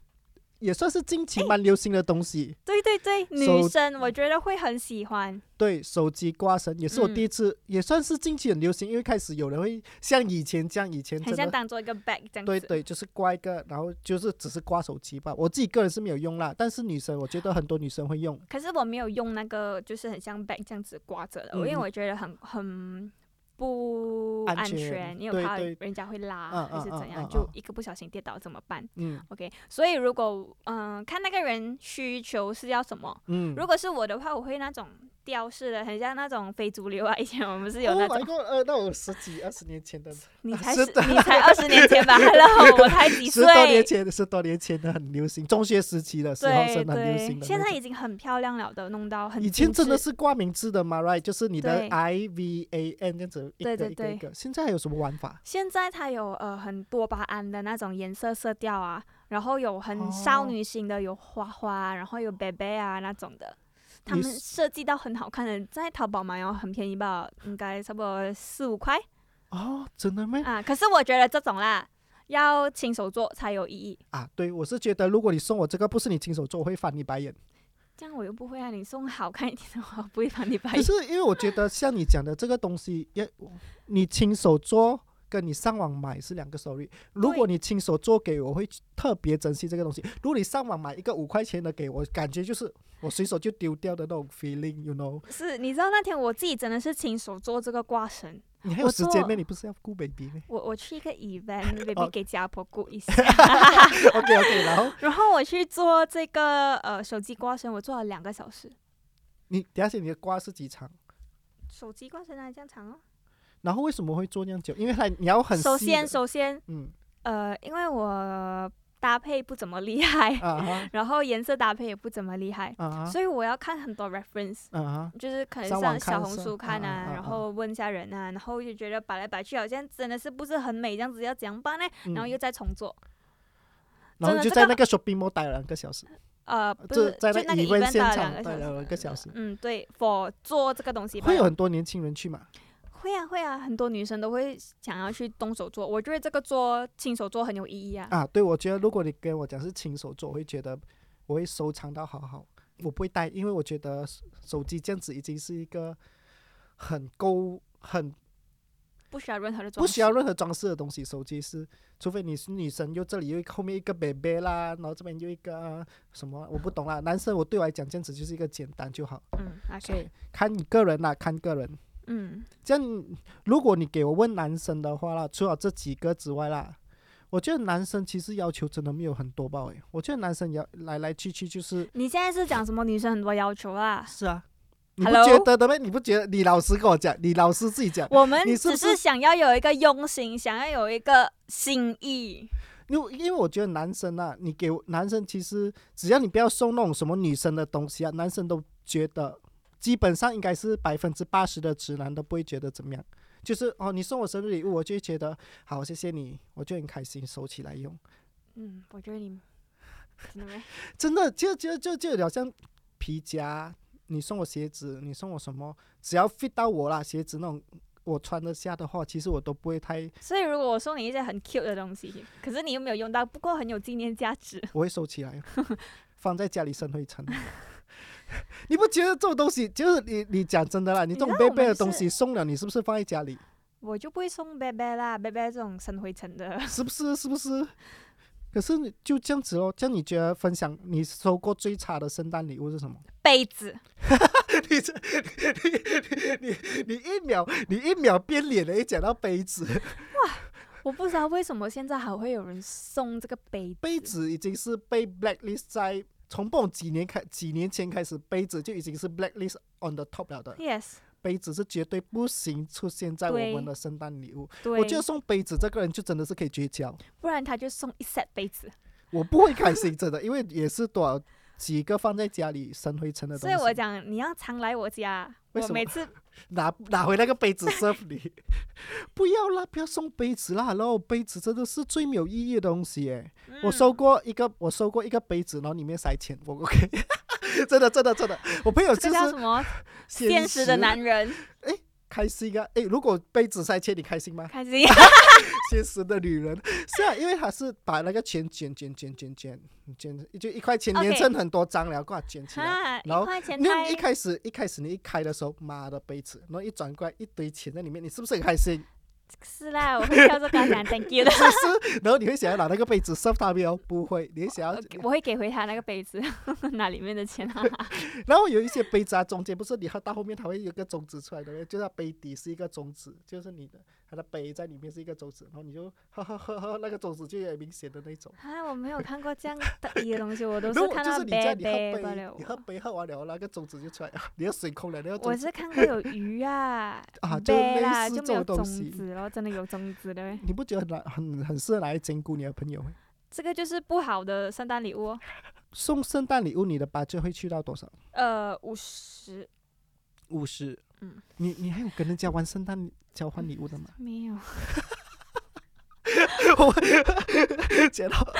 Speaker 1: 也算是近期蛮流行的东西。
Speaker 2: 对对对，
Speaker 1: 手
Speaker 2: 女生我觉得会很喜欢。
Speaker 1: 对，手机挂绳也是我
Speaker 2: 嗯
Speaker 1: 第一次，也算是近期很流行，因为开始有人会像以前这样，以前
Speaker 2: 很
Speaker 1: 真
Speaker 2: 像
Speaker 1: 的。
Speaker 2: 当做一个 bag 这样子。
Speaker 1: 对对，就是挂一个，然后就是只是挂手机吧。我自己个人是没有用啦，但是女生，我觉得很多女生会用。
Speaker 2: 可是我没有用那个，就是很像 bag 这样子挂着的，
Speaker 1: 嗯
Speaker 2: 因为我觉得很很不
Speaker 1: 安
Speaker 2: 安
Speaker 1: 全
Speaker 2: 因
Speaker 1: 对
Speaker 2: 为怕
Speaker 1: 对
Speaker 2: 人家会拉
Speaker 1: 嗯
Speaker 2: 还是
Speaker 1: 嗯
Speaker 2: 怎
Speaker 1: 嗯
Speaker 2: 样，
Speaker 1: 嗯
Speaker 2: 就
Speaker 1: 嗯
Speaker 2: 一个不小心跌倒怎么办
Speaker 1: 嗯
Speaker 2: ？OK，所以如果嗯、看那个人需求是要什么，
Speaker 1: 嗯。
Speaker 2: 如果是我的话，我会那种吊饰的，很像那种非主流啊，以前我们是有那
Speaker 1: Oh
Speaker 2: 种
Speaker 1: my，god！呃，那我十几二十年前的，
Speaker 2: *laughs* 你才
Speaker 1: 是
Speaker 2: 十你才二十
Speaker 1: *laughs*
Speaker 2: 年前吧，Hello，我才几
Speaker 1: 十
Speaker 2: 岁，
Speaker 1: 多年前的，十多年前的很流行，中学时期的时候
Speaker 2: 对
Speaker 1: 真的很流行
Speaker 2: 对，
Speaker 1: 的那种。
Speaker 2: 现在已经很漂亮了的，弄到很
Speaker 1: 以前
Speaker 2: 精
Speaker 1: 真的
Speaker 2: 致
Speaker 1: 是挂名字的嘛，right？就是你的
Speaker 2: 对
Speaker 1: I V A N 这样子一个
Speaker 2: 对对
Speaker 1: 一个一个。现在还有什么玩法？
Speaker 2: 现在它有呃很多巴胺的那种颜色色调啊，然后有
Speaker 1: 哦
Speaker 2: 很少女型的，有花花，然后有 baby 啊那种的，他
Speaker 1: 你
Speaker 2: 们
Speaker 1: 是
Speaker 2: 设计到很好看的，在淘宝买哦，很便宜吧，应该差不多四五块
Speaker 1: 哦，真的吗？
Speaker 2: 啊。可是我觉得这种啦，要亲手做才有意义。
Speaker 1: 啊，对，我是觉得如果你送我这个不是你亲手做，我会翻你白眼。这
Speaker 2: 这样我又不会啊，你送好看一点的话，我不会把你
Speaker 1: *laughs*
Speaker 2: 白
Speaker 1: 可是因为我觉得像你讲的这个东西，也你亲手做跟你上网买是两个 story。如果你亲手做给我，会特别珍惜这个东西。如果你上网买一个五块钱的给我，感觉就是我随手就丢掉的那种 feeling，you know？
Speaker 2: 是，你知道那天我自己真的是亲手做这个挂绳，
Speaker 1: 你还有
Speaker 2: 我
Speaker 1: 时
Speaker 2: 做
Speaker 1: 间吗？你不是要顾 baby 吗
Speaker 2: 我我去一个
Speaker 1: *laughs*
Speaker 2: event，baby
Speaker 1: 哦
Speaker 2: 给家婆顾一下。
Speaker 1: ？OK OK，然后
Speaker 2: 然后我去做这个呃手机挂绳，我做了两个小时。
Speaker 1: 你等一下你的瓜是几长？
Speaker 2: 手机挂绳哪里这样长哦？
Speaker 1: 然后为什么会做那样久？因为它你要很
Speaker 2: 首
Speaker 1: 细
Speaker 2: 先，
Speaker 1: 的
Speaker 2: 首先
Speaker 1: 嗯
Speaker 2: 呃，因为我搭配不怎么厉害，
Speaker 1: 啊哈
Speaker 2: 然后颜色搭配也不怎么厉害，
Speaker 1: 啊哈
Speaker 2: 所以我要看很多 reference。
Speaker 1: 啊哈。
Speaker 2: 就是可能
Speaker 1: 上网
Speaker 2: 上
Speaker 1: 看
Speaker 2: 小红
Speaker 1: 是吧
Speaker 2: 书看
Speaker 1: 啊啊
Speaker 2: 啊，
Speaker 1: 啊
Speaker 2: 然
Speaker 1: 啊
Speaker 2: 后问一下人啊，然后就觉得摆来摆去好像真的是不是很美，这样子要怎样办呢？然后
Speaker 1: 嗯
Speaker 2: 又再重做，
Speaker 1: 然后
Speaker 2: 真的
Speaker 1: 就
Speaker 2: 这
Speaker 1: 在
Speaker 2: 个
Speaker 1: 那个 shopping mall 待了两个小时。
Speaker 2: 呃，不
Speaker 1: 就是在
Speaker 2: 就那
Speaker 1: 那
Speaker 2: 个
Speaker 1: event 现
Speaker 2: event
Speaker 1: 场
Speaker 2: 的
Speaker 1: 待
Speaker 2: 两
Speaker 1: 了
Speaker 2: 个
Speaker 1: 两个小时
Speaker 2: 嗯，对，for 做这个东西吧
Speaker 1: 会有很多年轻人去嘛？
Speaker 2: 会啊会啊，很多女生都会想要去动手做，我觉得这个做亲手做很有意义啊。
Speaker 1: 啊，对，我觉得如果你跟我讲是亲手做，我会觉得我会收藏到好好，我不会带，因为我觉得手手机这样子已经是一个很够很
Speaker 2: 不需要任何的装
Speaker 1: 不
Speaker 2: 饰，
Speaker 1: 需要任何装饰的东西。手机是，除非你是女生，又这里又一个后面一个 baby 啦，然后这边又一个啊什么，我不懂啦。男生我对我来讲，这样子就是一个简单就好，
Speaker 2: 嗯
Speaker 1: 所以
Speaker 2: ，OK，
Speaker 1: 看你个人啦，看个人。
Speaker 2: 嗯，
Speaker 1: 这样，如果你给我问男生的话啦，除了这几个之外啦，我觉得男生其实要求真的没有很多吧？诶，我觉得男生要来来去去就是
Speaker 2: 你现在是讲什么女生很多要求啦？
Speaker 1: 是啊，你不
Speaker 2: Hello？
Speaker 1: 觉得的咩？你不觉得？你老实跟我讲，你老实自己讲，
Speaker 2: 我
Speaker 1: *laughs*
Speaker 2: 们
Speaker 1: 你是
Speaker 2: 只
Speaker 1: 不
Speaker 2: 是
Speaker 1: 是
Speaker 2: 想要有一个用心，想要有一个心意。
Speaker 1: 因为因为我觉得男生啊，你给我男生其实只要你不要送那种什么女生的东西啊，男生都觉得基本上应该是百分之八十的直男都不会觉得怎么样。就是哦，你送我生日礼物，我就会觉得好，谢谢你，我就很开心，收起来用。
Speaker 2: 嗯，我觉得你真的吗？
Speaker 1: 真的，就就就就有点像皮夹，你送我鞋子，你送我什么，只要 fit 到我啦，鞋子那种我穿得下的话，其实我都不会太，
Speaker 2: *laughs* 所以如果我送你一些很 cute 的东西，可是你又没有用到，不过很有纪念价值。
Speaker 1: 我会收起来，放在家里生灰尘。你不觉得这种东西，就是你你讲真的啦，你这种
Speaker 2: 你知
Speaker 1: 贝
Speaker 2: 道我们
Speaker 1: 贝的
Speaker 2: 是
Speaker 1: 东西送了，你是不是放在家里？
Speaker 2: 我就不会送贝贝啦，贝贝这种生灰尘的， *laughs*
Speaker 1: 是不是？是不是？可是你就这样子咯，这样你觉得分享你收过最差的圣诞礼物是什么？
Speaker 2: 被子
Speaker 1: *laughs* 你这你你你一秒你一秒变脸了，一讲到杯子，
Speaker 2: 我不知道为什么现在还会有人送这个杯子。
Speaker 1: *laughs* 杯子已经是被 blacklist 在从不懂几年开几年前开始，杯子就已经是 blacklist on the top 了的。
Speaker 2: ，yes，
Speaker 1: 杯子是绝对不行出现在我
Speaker 2: 对
Speaker 1: 们的圣诞礼物。
Speaker 2: 对，
Speaker 1: 我觉得送杯子这个人就真的是可以绝交，
Speaker 2: 不然他就送一 set 杯子。
Speaker 1: 我不会开心真的，因为也是多少几个放在家里生灰尘的东
Speaker 2: 所
Speaker 1: 西。
Speaker 2: 以我讲你要常来我家，
Speaker 1: 为
Speaker 2: 我
Speaker 1: 什么
Speaker 2: 每次
Speaker 1: 拿拿回那个杯子 serve 你， *laughs* 不要啦，不要送杯子啦，然后杯子真的是最没有意义的东西耶。
Speaker 2: 嗯
Speaker 1: 我收过一个，我收过一个杯子，然后里面塞钱，我 OK，真 *laughs* 的真的真的，我朋友
Speaker 2: 这
Speaker 1: *laughs* 就
Speaker 2: 个叫
Speaker 1: 是
Speaker 2: 什么现
Speaker 1: 现
Speaker 2: 实的男人
Speaker 1: 开心啊！诶，如果杯子塞钱，你开心吗？
Speaker 2: 开
Speaker 1: *laughs*
Speaker 2: 心。
Speaker 1: 现实的女人是啊，因为她是把那个钱卷卷卷卷卷卷，就一块钱
Speaker 2: OK
Speaker 1: 连成很多张了，挂卷起来。
Speaker 2: *laughs* 啊，一
Speaker 1: 然后
Speaker 2: 块钱
Speaker 1: 那一
Speaker 2: 太
Speaker 1: 开始一开始你一开的时候，妈的杯子，然后一转过来一堆钱在里面，你是不是很开心？
Speaker 2: *laughs*
Speaker 1: *laughs*
Speaker 2: 是啦，我会跳着跟他讲 thank you 的，
Speaker 1: 是，然后你会想要拿那个杯子 serve 他们哦？不会，你会想要。
Speaker 2: *laughs* 我会给回他那个杯子， *laughs* 拿里面
Speaker 1: *laughs*
Speaker 2: 的钱啊。
Speaker 1: 然后有一些杯子啊，中间不是你喝到后面它会有一个中指出来的，就是它杯底是一个中指，就是你的它的杯在里面是一个中指，然后你就喝喝喝喝，那个中指就有点明显的那种。
Speaker 2: 啊，我没有看过这样得意的东西，我都
Speaker 1: 如
Speaker 2: 是
Speaker 1: 果
Speaker 2: 看
Speaker 1: 就
Speaker 2: 到
Speaker 1: 是你家你
Speaker 2: 杯
Speaker 1: 喝
Speaker 2: 杯罢
Speaker 1: 杯
Speaker 2: 了，
Speaker 1: 你。喝杯喝完了，那个中指就出来了，你要水空了，那个
Speaker 2: 我
Speaker 1: 中指。
Speaker 2: 是看过有鱼啊
Speaker 1: *laughs* 啊就
Speaker 2: 杯
Speaker 1: 类
Speaker 2: 啦，
Speaker 1: 似
Speaker 2: 就
Speaker 1: 这
Speaker 2: 没有
Speaker 1: 种
Speaker 2: 种
Speaker 1: 东西
Speaker 2: 子咯，真的有种子的咩。
Speaker 1: 你不觉得很难很很适合拿来整蛊你的朋友吗？
Speaker 2: 这个就是不好的圣诞礼物哦，
Speaker 1: 送圣诞礼物，你的 budget 会去到多少？
Speaker 2: 呃，五十
Speaker 1: 五十。
Speaker 2: 嗯，
Speaker 1: 你你还有跟人家玩圣诞交换礼物的吗？
Speaker 2: 没有。
Speaker 1: *laughs* 觉得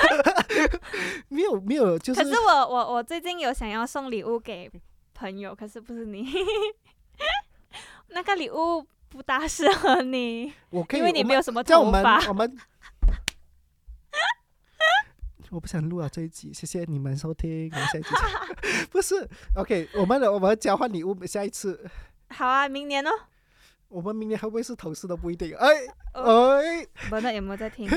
Speaker 1: *laughs* 没有没有，就是
Speaker 2: 可是我我我最近有想要送礼物给朋友，可是不是你， *laughs* 那个礼物不大适合你，
Speaker 1: 我可以，
Speaker 2: 因为你
Speaker 1: 我
Speaker 2: 没有什么
Speaker 1: 叫
Speaker 2: 头
Speaker 1: 我们 *laughs*
Speaker 2: 发。
Speaker 1: 我们，我不想录了这一集，谢谢你们收听，我们下一集见 *laughs* 不是 OK，我们的我们交换礼物，下一次
Speaker 2: 好啊，明年哦。
Speaker 1: 我们明年会不会是同事都不一定，哎
Speaker 2: 哦
Speaker 1: 哎，
Speaker 2: 伯乐有没有
Speaker 1: *laughs*
Speaker 2: 在听？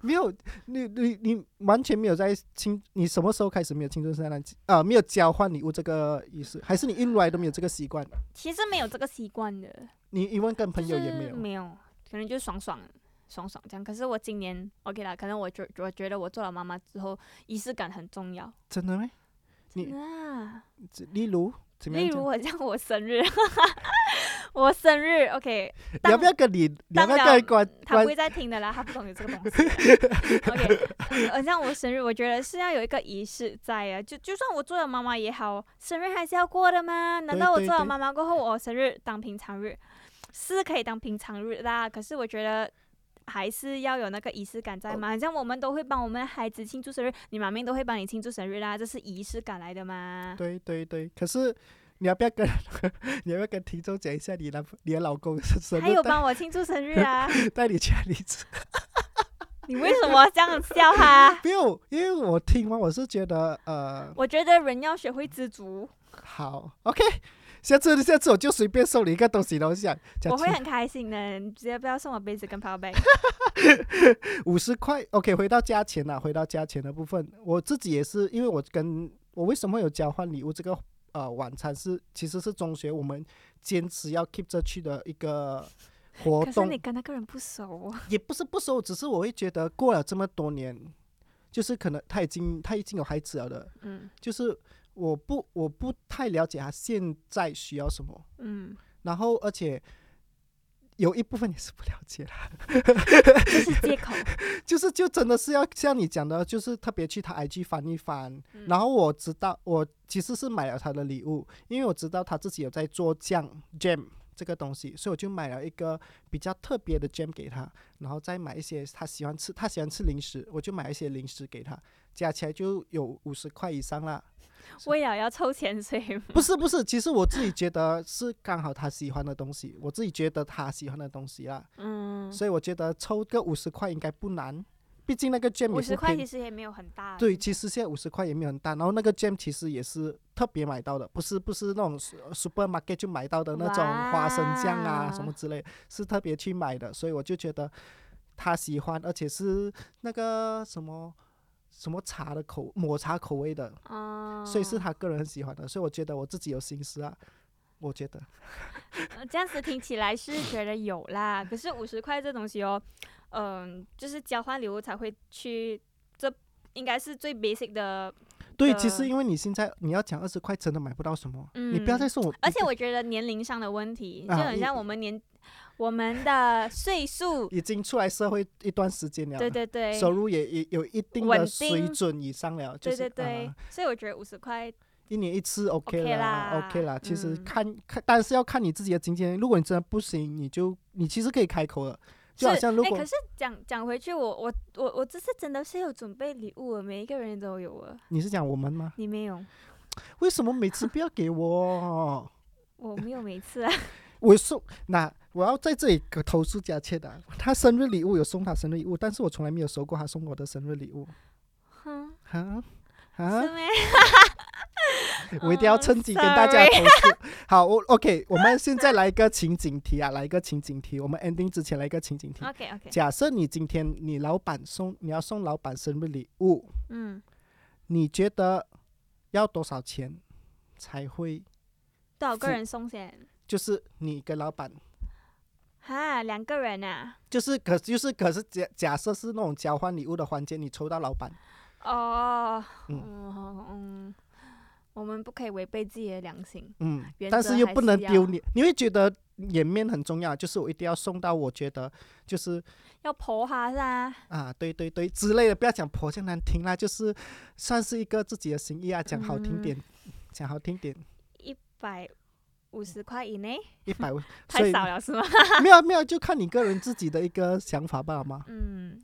Speaker 1: 没有，你你你完全没有在青，你什么时候开始没有青春圣诞节啊？没有交换礼物这个意思，还是你一路来都没有这个习惯？
Speaker 2: 其实没有这个习惯的，
Speaker 1: 你一问跟朋友也
Speaker 2: 就是
Speaker 1: 没有，
Speaker 2: 没有，可能就爽爽爽爽这样。可是我今年 OK 啦，可能我觉我觉得我做了妈妈之后，仪式感很重要。
Speaker 1: 真的吗？你
Speaker 2: 真的啊。
Speaker 1: 例如怎么
Speaker 2: 例
Speaker 1: 样
Speaker 2: 如
Speaker 1: 讲？
Speaker 2: 我 *laughs* 像我生日，我生日 OK，
Speaker 1: 你要
Speaker 2: 当
Speaker 1: 不要跟你，你要
Speaker 2: 当
Speaker 1: 不要
Speaker 2: 然
Speaker 1: 跟关
Speaker 2: 他
Speaker 1: 关
Speaker 2: 不会再听的啦，他不懂有这个东西的。OK，呃，
Speaker 1: *laughs*
Speaker 2: 像我生日，我觉得是要有一个仪式在啊，就就算我做了妈妈也好，生日还是要过的嘛。难
Speaker 1: 对
Speaker 2: 道我
Speaker 1: 对
Speaker 2: 做了
Speaker 1: 对
Speaker 2: 妈妈过后，我生日当平常日是可以当平常日啦？可是我觉得还是要有那个仪式感
Speaker 1: 哦
Speaker 2: 在嘛。好像我们都会帮我们孩子庆祝生日，你妈咪都会帮你庆祝生日啦，这是仪式感来的嘛。
Speaker 1: 对对对，可是你要不要跟你要不要跟听众讲一下你男你的老公是什
Speaker 2: 还有
Speaker 1: 么带
Speaker 2: 帮我庆祝生日
Speaker 1: *laughs*
Speaker 2: 啊！
Speaker 1: 带你去哪里吃？
Speaker 2: 你为什么这样笑哈？
Speaker 1: 没有，因为我听完我是觉得呃
Speaker 2: *laughs* 我觉得人要学会知足，
Speaker 1: 好，OK，下次下次我就随便送你一个东西了，我想讲
Speaker 2: 我会很开心的。你直接不要送我杯子跟
Speaker 1: *laughs*
Speaker 2: 泡杯。
Speaker 1: 五十块，OK，回到价钱啊啦，回到价钱的部分，我自己也是，因为我跟我为什么有交换礼物这个呃晚餐是其实是中学我们坚持要 keep 着去的一个活
Speaker 2: 可是
Speaker 1: 动
Speaker 2: 你，跟那个人不熟，
Speaker 1: 也不是不收，只是我会觉得过了这么多年，就是可能他已经他已经有孩子了的，
Speaker 2: 嗯
Speaker 1: 就是我不我不太了解他现在需要什么，
Speaker 2: 嗯，
Speaker 1: 然后而且有一部分也是不了解啦，
Speaker 2: 这是借 *laughs* 口。
Speaker 1: 就是就真的是要像你讲的，就是特别去他 IG 翻一翻，
Speaker 2: 嗯
Speaker 1: 然后我知道我其实是买了他的礼物，因为我知道他自己有在做酱 jam 这个东西，所以我就买了一个比较特别的 jam 给他，然后再买一些他喜欢吃，他喜欢吃零食，我就买一些零食给他，加起来就有五十块以上啦。
Speaker 2: 为了要凑钱，所以
Speaker 1: 不是不是，其实我自己觉得是刚好他喜欢的东西，我自己觉得他喜欢的东西啦，
Speaker 2: *laughs* 嗯，
Speaker 1: 所以我觉得抽个五十块应该不难，毕竟那个 jam
Speaker 2: 五
Speaker 1: 也
Speaker 2: 十
Speaker 1: 是
Speaker 2: 块
Speaker 1: 便宜
Speaker 2: 其实也没有很大。
Speaker 1: 对，，其实现在五十块也没有很大，然后那个 gem 其实也是特别买到的，不是不是那种 su- supermarket 就买到的那种花生酱啊什么
Speaker 2: 哇
Speaker 1: 之类，是特别去买的，所以我就觉得他喜欢，而且是那个什么什么茶的口抹茶口味的，
Speaker 2: 哦、
Speaker 1: 所以是他个人很喜欢的，所以我觉得我自己有心思啊，我觉得
Speaker 2: 呃这样子听起来是觉得有啦，可是五十块这东西哦，嗯、就是交换礼物才会去，这应该是最 basic 的。
Speaker 1: 嗯对，其实
Speaker 2: 呃
Speaker 1: 因为你现在你要讲二十块真的买不到什么，你不要
Speaker 2: 嗯
Speaker 1: 再送我，
Speaker 2: 而且我觉得年龄上的问题，就
Speaker 1: 啊
Speaker 2: 很
Speaker 1: 一
Speaker 2: 像我们年、我们的岁数，
Speaker 1: 已经出来社会一段时间了，
Speaker 2: 对对对，
Speaker 1: 收入也也有一定
Speaker 2: 稳
Speaker 1: 的
Speaker 2: 定
Speaker 1: 水准以上了，就
Speaker 2: 对
Speaker 1: 是
Speaker 2: 对对，
Speaker 1: 啊
Speaker 2: 所以我觉得五十块，
Speaker 1: 一年一次 OK
Speaker 2: OK
Speaker 1: 啦
Speaker 2: 啦
Speaker 1: ，OK 啦。其实
Speaker 2: 嗯
Speaker 1: 看看，但是要看你自己的经济能力。如果你真的不行，你就你其实可以开口了。就好
Speaker 2: 是
Speaker 1: 像如
Speaker 2: 哎
Speaker 1: 果
Speaker 2: 可是讲讲回去，我我我我这次真的是有准备礼物的，每一个人都有啊，
Speaker 1: 你是讲我们吗？
Speaker 2: 你没有，
Speaker 1: 为什么每次不要给我？
Speaker 2: 我没有每次啊，
Speaker 1: 我送那我要在这里可投诉佳倩的，她生日礼物有送她生日礼物，但是我从来没有收过她送我的生日礼物。
Speaker 2: 哼，
Speaker 1: *laughs* 哈啊哈
Speaker 2: 是，咩？
Speaker 1: *laughs* 我一定要趁机跟大家
Speaker 2: 嗯
Speaker 1: 投诉。好，我 OK，我们现在来一个情景题啊，来一个情景题。我们 ending 之前来一个情景题。
Speaker 2: OK OK，
Speaker 1: 假设你今天你老板送你要送老板生日礼物，
Speaker 2: 嗯，
Speaker 1: 你觉得要多少钱才会？
Speaker 2: 多少个
Speaker 1: 付
Speaker 2: 人送先？
Speaker 1: 就是你跟老板，
Speaker 2: 哈，两个人啊？
Speaker 1: 就是可就是可是假假设是那种交换礼物的环节，你抽到老板，
Speaker 2: 哦，
Speaker 1: 嗯
Speaker 2: 嗯嗯，我们不可以违背自己的良心。
Speaker 1: 嗯
Speaker 2: 原，
Speaker 1: 但
Speaker 2: 则
Speaker 1: 是又
Speaker 2: 还
Speaker 1: 不
Speaker 2: 是
Speaker 1: 能
Speaker 2: 要
Speaker 1: 丢脸，你会觉得颜面很重要，就是我一定要送到，我觉得就是
Speaker 2: 要婆哈啦，
Speaker 1: 啊，对对对之类的，不要讲婆这样难听啦，就是算是一个自己的心意啊，讲好听
Speaker 2: 嗯
Speaker 1: 点， *laughs* 讲好听点，
Speaker 2: 一百五十块以内，
Speaker 1: 一百
Speaker 2: *laughs*
Speaker 1: 五，所
Speaker 2: 太
Speaker 1: 以
Speaker 2: 少了是吗？ *laughs*
Speaker 1: 没有没有，就看你个人自己的一个想法吧，好
Speaker 2: *laughs*
Speaker 1: 吗？
Speaker 2: 嗯，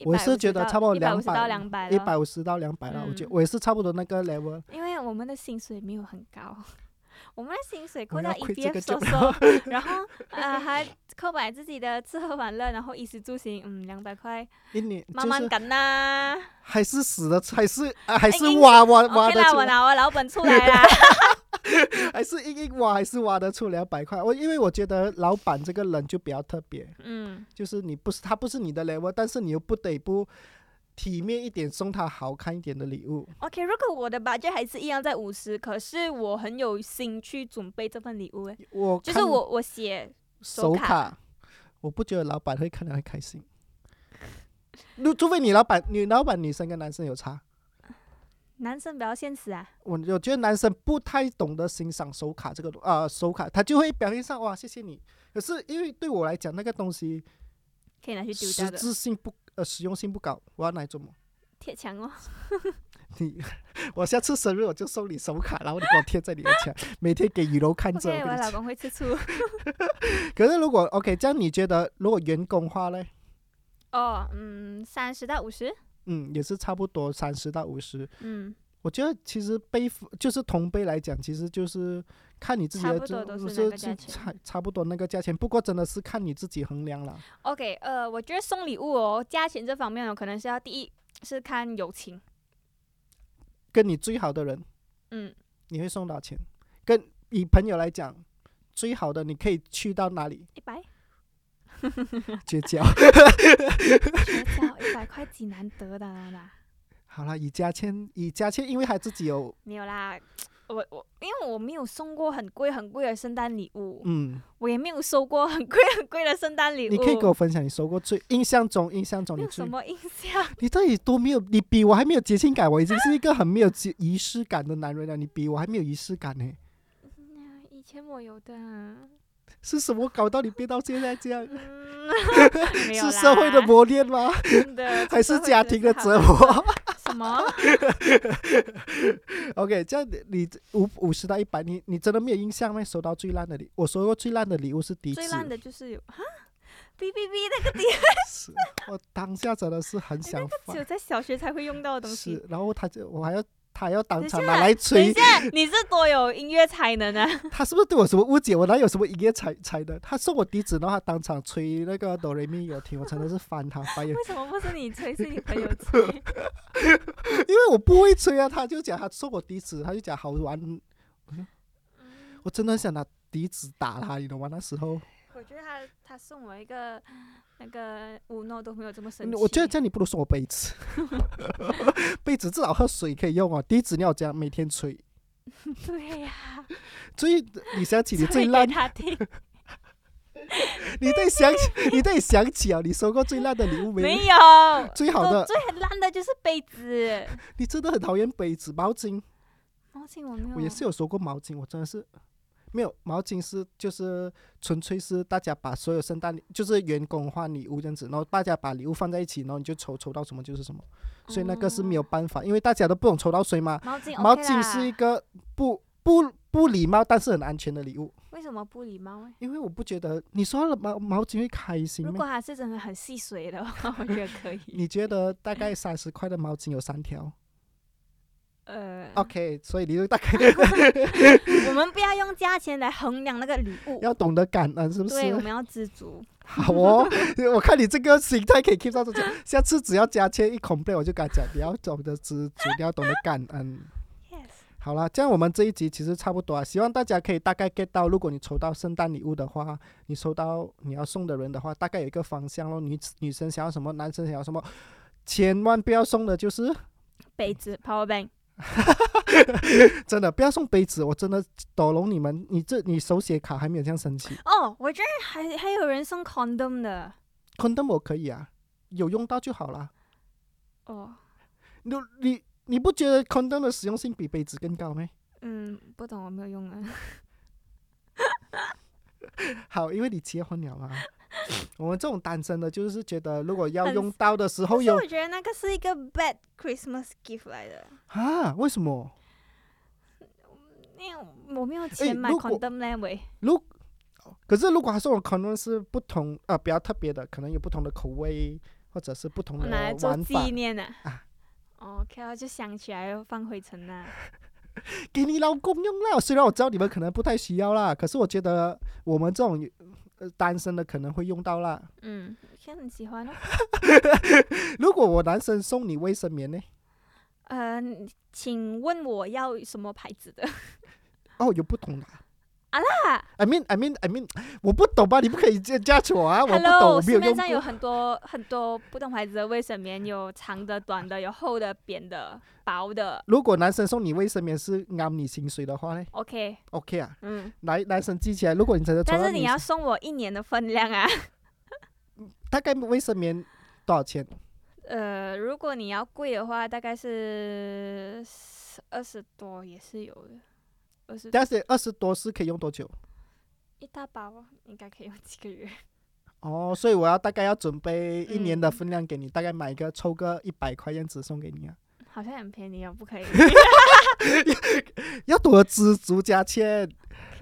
Speaker 1: 我是觉得差不多
Speaker 2: 一百五十到
Speaker 1: 200
Speaker 2: 两百，
Speaker 1: 一百，五十到两百了，我觉得
Speaker 2: 嗯
Speaker 1: 我也是差不多那个 level。
Speaker 2: 因为我们的薪水没有很高。 *laughs* 我们的薪水
Speaker 1: 我
Speaker 2: 扣
Speaker 1: 要
Speaker 2: 掉
Speaker 1: 亏这
Speaker 2: EPF
Speaker 1: 个
Speaker 2: 收
Speaker 1: 就 *laughs*
Speaker 2: 收，然后呃还扣买自己的吃喝玩乐，然后衣食住行，嗯，两百块，
Speaker 1: 一年
Speaker 2: 慢
Speaker 1: 就
Speaker 2: 慢
Speaker 1: 是 *laughs*
Speaker 2: 赶呐。
Speaker 1: 还是死的，还
Speaker 2: *laughs*
Speaker 1: 是啊还是
Speaker 2: 硬硬
Speaker 1: 挖挖挖
Speaker 2: OK
Speaker 1: 得
Speaker 2: 啦，
Speaker 1: 出
Speaker 2: 我
Speaker 1: 来，
Speaker 2: 拿我老本出
Speaker 1: *laughs*
Speaker 2: 来啦。
Speaker 1: 还是硬硬挖，还是挖得出两百块。我因为我觉得老板这个人就比较特别，
Speaker 2: 嗯，
Speaker 1: 就是你不是他不是你的 level，但是你又不得不体面一点，送他好看一点的礼物。
Speaker 2: OK，如果我的 budget 还是一样在五十，可是我很有心去准备这份礼物，诶，
Speaker 1: 我
Speaker 2: 就是
Speaker 1: 看
Speaker 2: 我我写
Speaker 1: 手
Speaker 2: 手卡
Speaker 1: 卡，我不觉得老板会看得很开心。如除非你老板，你老板女生跟男生有差。
Speaker 2: 男生比较现实啊，
Speaker 1: 我我觉得男生不太懂得欣赏手卡这个东啊、手卡他就会表现上哇谢谢你，可是因为对我来讲那个东西
Speaker 2: 可以拿去丢
Speaker 1: 实
Speaker 2: 掉的，
Speaker 1: 质性不呃实用性不高，我要哪一种嘛？
Speaker 2: 贴墙哦。
Speaker 1: *laughs* 你我下次生日我就送你手卡，然后你给我贴在你的墙，每天给雨柔看着。
Speaker 2: OK，
Speaker 1: 我
Speaker 2: 我
Speaker 1: 跟你
Speaker 2: 老
Speaker 1: 讲
Speaker 2: 公会吃醋， *laughs*
Speaker 1: 可是如果 OK，这样你觉得如果员工花嘞？
Speaker 2: 哦，嗯，三十到五十，
Speaker 1: 嗯，也是差不多三十到五十。
Speaker 2: 嗯，
Speaker 1: 我觉得其实背负就是同辈来讲，其实就是看你自己
Speaker 2: 差
Speaker 1: 的
Speaker 2: 不
Speaker 1: 这
Speaker 2: 多都是那
Speaker 1: 是
Speaker 2: 个
Speaker 1: 是
Speaker 2: 价钱
Speaker 1: 差差不多那个价钱，不过真的是看你自己衡量了。
Speaker 2: OK，呃，我觉得送礼物哦，价钱这方面哦，可能是要第一是看友情，
Speaker 1: 跟你最好的人，
Speaker 2: 嗯，
Speaker 1: 你会送多少钱？跟以朋友来讲，最好的你可以去到哪
Speaker 2: *laughs*
Speaker 1: 里
Speaker 2: 一百，
Speaker 1: 结交？
Speaker 2: 绝交一百块几难得的啦，
Speaker 1: 好了，以价钱，以价钱，因为他自己有，
Speaker 2: *laughs* 没有啦，我我因为我没有送过很贵很贵的圣诞礼物，
Speaker 1: 嗯，
Speaker 2: 我也没有收过很贵很贵的圣诞礼物，
Speaker 1: 你可以给我分享你收过最印象中印象中
Speaker 2: 没
Speaker 1: 你
Speaker 2: 有
Speaker 1: 最
Speaker 2: 什么印 *laughs* 象，
Speaker 1: 你到底多没有？你比我还没有节庆感，我已经是一个很没有 *laughs* 节仪式感的男人了。你比我还没有仪式感呢、
Speaker 2: 嗯以前我有的，啊
Speaker 1: 是什么搞到你变到现在这样？ *laughs*
Speaker 2: 嗯，没有
Speaker 1: 是
Speaker 2: 啦，
Speaker 1: 社会的磨练吗？ *laughs*
Speaker 2: 真的，
Speaker 1: 还是家庭的折
Speaker 2: 责？
Speaker 1: 磨
Speaker 2: *laughs* 什
Speaker 1: *laughs*
Speaker 2: 么？
Speaker 1: ？OK，这样你五五十到一百，你你真的没有印象吗？收到最烂的礼，我收过最烂的礼物是笛子
Speaker 2: 最，烂的就是有哈，B B B
Speaker 1: *laughs*
Speaker 2: 那
Speaker 1: 是我当下真的是很想
Speaker 2: 个
Speaker 1: 发
Speaker 2: 只，有在小学才会用到的东西
Speaker 1: 是，。然后他就我还要他要当场
Speaker 2: 等一下
Speaker 1: 拿来
Speaker 2: 等
Speaker 1: 捶，
Speaker 2: 一
Speaker 1: *laughs*
Speaker 2: 下，你是多有音乐才能啊！
Speaker 1: 他是不是对我什么误解？我哪有什么音乐才才的？他送我笛子，然后他当场吹那个哆瑞咪有听，我真的是翻他白眼，
Speaker 2: *laughs* 为什么不是你吹，是你朋友吹？
Speaker 1: 因为我不会吹啊。他就讲他送我笛子，他就讲好玩， *laughs* 我说我真的很想拿笛子打他，你懂吗？那时候，
Speaker 2: *laughs* 我觉得他他送我一个那个五诺都没有这么神
Speaker 1: 嗯
Speaker 2: 奇。
Speaker 1: 我觉得这样你不如送我杯子， *laughs* 杯子至少喝水可以用哦。笛子你要这样每天吹，
Speaker 2: 对呀、
Speaker 1: 所以你想起你
Speaker 2: 吹
Speaker 1: 最
Speaker 2: 给
Speaker 1: 烂，
Speaker 2: 他听。
Speaker 1: 你得想起，你得想起啊，你收过最烂的礼物 *laughs* 没？
Speaker 2: 没有，
Speaker 1: 最好
Speaker 2: 我
Speaker 1: 的，
Speaker 2: 最烂的就是杯子、
Speaker 1: 你真的很讨厌杯子、毛巾。
Speaker 2: 毛巾，我没有。
Speaker 1: 我也是有收过毛巾，我真的是没有毛巾是就是纯粹是大家把所有圣诞礼就是员工换礼物这样子，然后大家把礼物放在一起，然后你就抽抽到什么就是什么，所以那个是没有办法，因为大家都不懂抽到谁嘛。
Speaker 2: 哦毛巾 OK 啦，
Speaker 1: 毛巾是一个不不不礼貌但是很安全的礼物，
Speaker 2: 为什么不礼貌欸？
Speaker 1: 因为我不觉得你说了毛毛巾会开心
Speaker 2: 如
Speaker 1: 吗
Speaker 2: 果？他是真的很细水
Speaker 1: *laughs*
Speaker 2: 的话，我觉得可以。
Speaker 1: 你觉得大概三十块的毛巾有三
Speaker 2: 嗯
Speaker 1: 条
Speaker 2: 呃，
Speaker 1: ，OK，所以你就大概 *laughs*
Speaker 2: 我们不要用价钱来衡量那个礼物，
Speaker 1: 要懂得感恩，是不是？
Speaker 2: 对，我们要知足。
Speaker 1: 好哦，我看你这个心态可以 keep 到这种，下次只要加钱一 complain，我就跟他讲，你要懂得知足，你要懂得感恩。
Speaker 2: Yes，
Speaker 1: 好啦，这样我们这一集其实差不多啊，希望大家可以大概 get 到，如果你抽到圣诞礼物的话，你收到你要送的人的话，大概有一个方向咯。女女生想要什么，男生想要什么，千万不要送的就是
Speaker 2: 杯子 power bank，
Speaker 1: 真的不要送杯子，我真的抖龙你们，你这你手写卡还没有这样神奇
Speaker 2: 哦，我觉得还还有人送 condom 的，
Speaker 1: ，condom 我可以啊，有用到就好啦。
Speaker 2: 哦，
Speaker 1: 你你你不觉得 condom 的实用性比杯子更高吗？
Speaker 2: 嗯，不懂，我没有用啊。
Speaker 1: *laughs* 好，因为你结婚了嘛。 *laughs* 我们这种单身的，就是觉得如果要
Speaker 2: 很
Speaker 1: 用到的时候
Speaker 2: 可是
Speaker 1: 有
Speaker 2: 我觉得那个是一个 bad Christmas gift 来的，
Speaker 1: 啊？为什么？
Speaker 2: 因为我没有钱买
Speaker 1: 如果
Speaker 2: condom 那位，
Speaker 1: 如可是如果他送我 condom 是不同啊、比较特别的，可能有不同的口味或者是不同
Speaker 2: 我
Speaker 1: 的
Speaker 2: 拿来做
Speaker 1: 玩法
Speaker 2: 纪，念啊。
Speaker 1: 啊
Speaker 2: 哦 *laughs* OK 啊，就想起来又放啊灰尘呐、
Speaker 1: 给你老公用啦。虽然我知道你们可能不太需要啦，可是我觉得我们这种呃单身的可能会用到啦。
Speaker 2: 嗯，看很喜欢哦。
Speaker 1: 如果我男生送你卫生棉呢？
Speaker 2: 呃，请问我要什么牌子的？
Speaker 1: 哦，有不同的啊。
Speaker 2: 啊
Speaker 1: 啦！I mean, I mean, I mean，我不懂吧？你不可以这样加我啊！我不懂，
Speaker 2: Hello，
Speaker 1: 我没有
Speaker 2: 市面
Speaker 1: 用
Speaker 2: 上有
Speaker 1: 过。
Speaker 2: 很多很多不同牌子的卫生棉，有长的、短的，有厚的、扁的、薄的。
Speaker 1: 如果男生送你卫生棉是按你薪水的话呢
Speaker 2: OK，
Speaker 1: ？OK 啊，
Speaker 2: 嗯，
Speaker 1: 男男生记起来。如果你真的抽
Speaker 2: 但
Speaker 1: 到
Speaker 2: 是你要嗯送我一年的分量啊。 *laughs*
Speaker 1: 大概卫生棉多少钱？
Speaker 2: 呃，如果你要贵的话，大概是二十多也是有的，二十
Speaker 1: 但是二十多是可以用多久？
Speaker 2: 一大包啊应该可以用几个月。 *laughs*
Speaker 1: 哦，所以我要大概要准备一年的
Speaker 2: 嗯
Speaker 1: 分量给你，大概买一个抽个一百块样子送给你啊。
Speaker 2: 好像很便宜 *laughs* 哦，不可以。
Speaker 1: 要懂得知足加欠。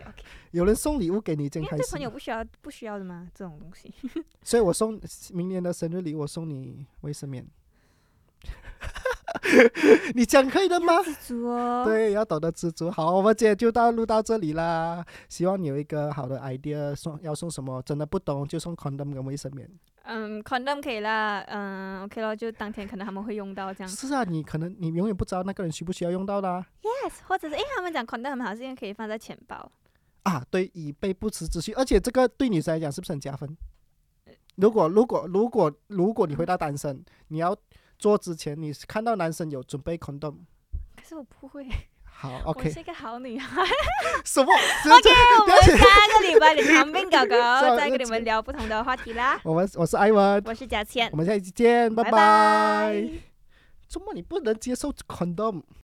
Speaker 2: OK，OK
Speaker 1: 有人送礼物给你，真
Speaker 2: 因为
Speaker 1: 开
Speaker 2: 对朋
Speaker 1: 心
Speaker 2: 友。不需要不需要的嘛，这种东西。
Speaker 1: 所以我送明年的生日礼，我送你卫生
Speaker 2: *laughs*
Speaker 1: 棉。你讲可以的吗？
Speaker 2: 知足哦。
Speaker 1: 对，要懂得知足。好，我们今天就到录到这里啦。希望你有一个好的 idea，送要送什么，真的不懂就送 condom 跟卫生棉。
Speaker 2: *laughs* 嗯，condom 可以啦，嗯，OK 咯，就当天可能他们会用到这样。
Speaker 1: 是啊，你可能你永远不知道那个人需不需要用到的啊。
Speaker 2: Yes，或者是诶，他们讲 condom 很好，是因为可以放在钱包。
Speaker 1: 啊对，以备不时之需。而且这个对女生来讲是不是很加分？如果如果如果如果你回到单身，你要做之前，你看到男生有准备 condom，
Speaker 2: 可是我不会
Speaker 1: 好
Speaker 2: 我
Speaker 1: ，OK，
Speaker 2: 是一个好女 *laughs* 孩。
Speaker 1: 什么？这这
Speaker 2: 我们下个礼拜的长 *laughs* 病狗
Speaker 1: Sorry，
Speaker 2: 狗再跟你们聊不同的话题啦。
Speaker 1: 我们我是艾文，
Speaker 2: 我是佳倩
Speaker 1: 我，们下一期见，拜
Speaker 2: 拜拜。
Speaker 1: 周末你不能接受 condom。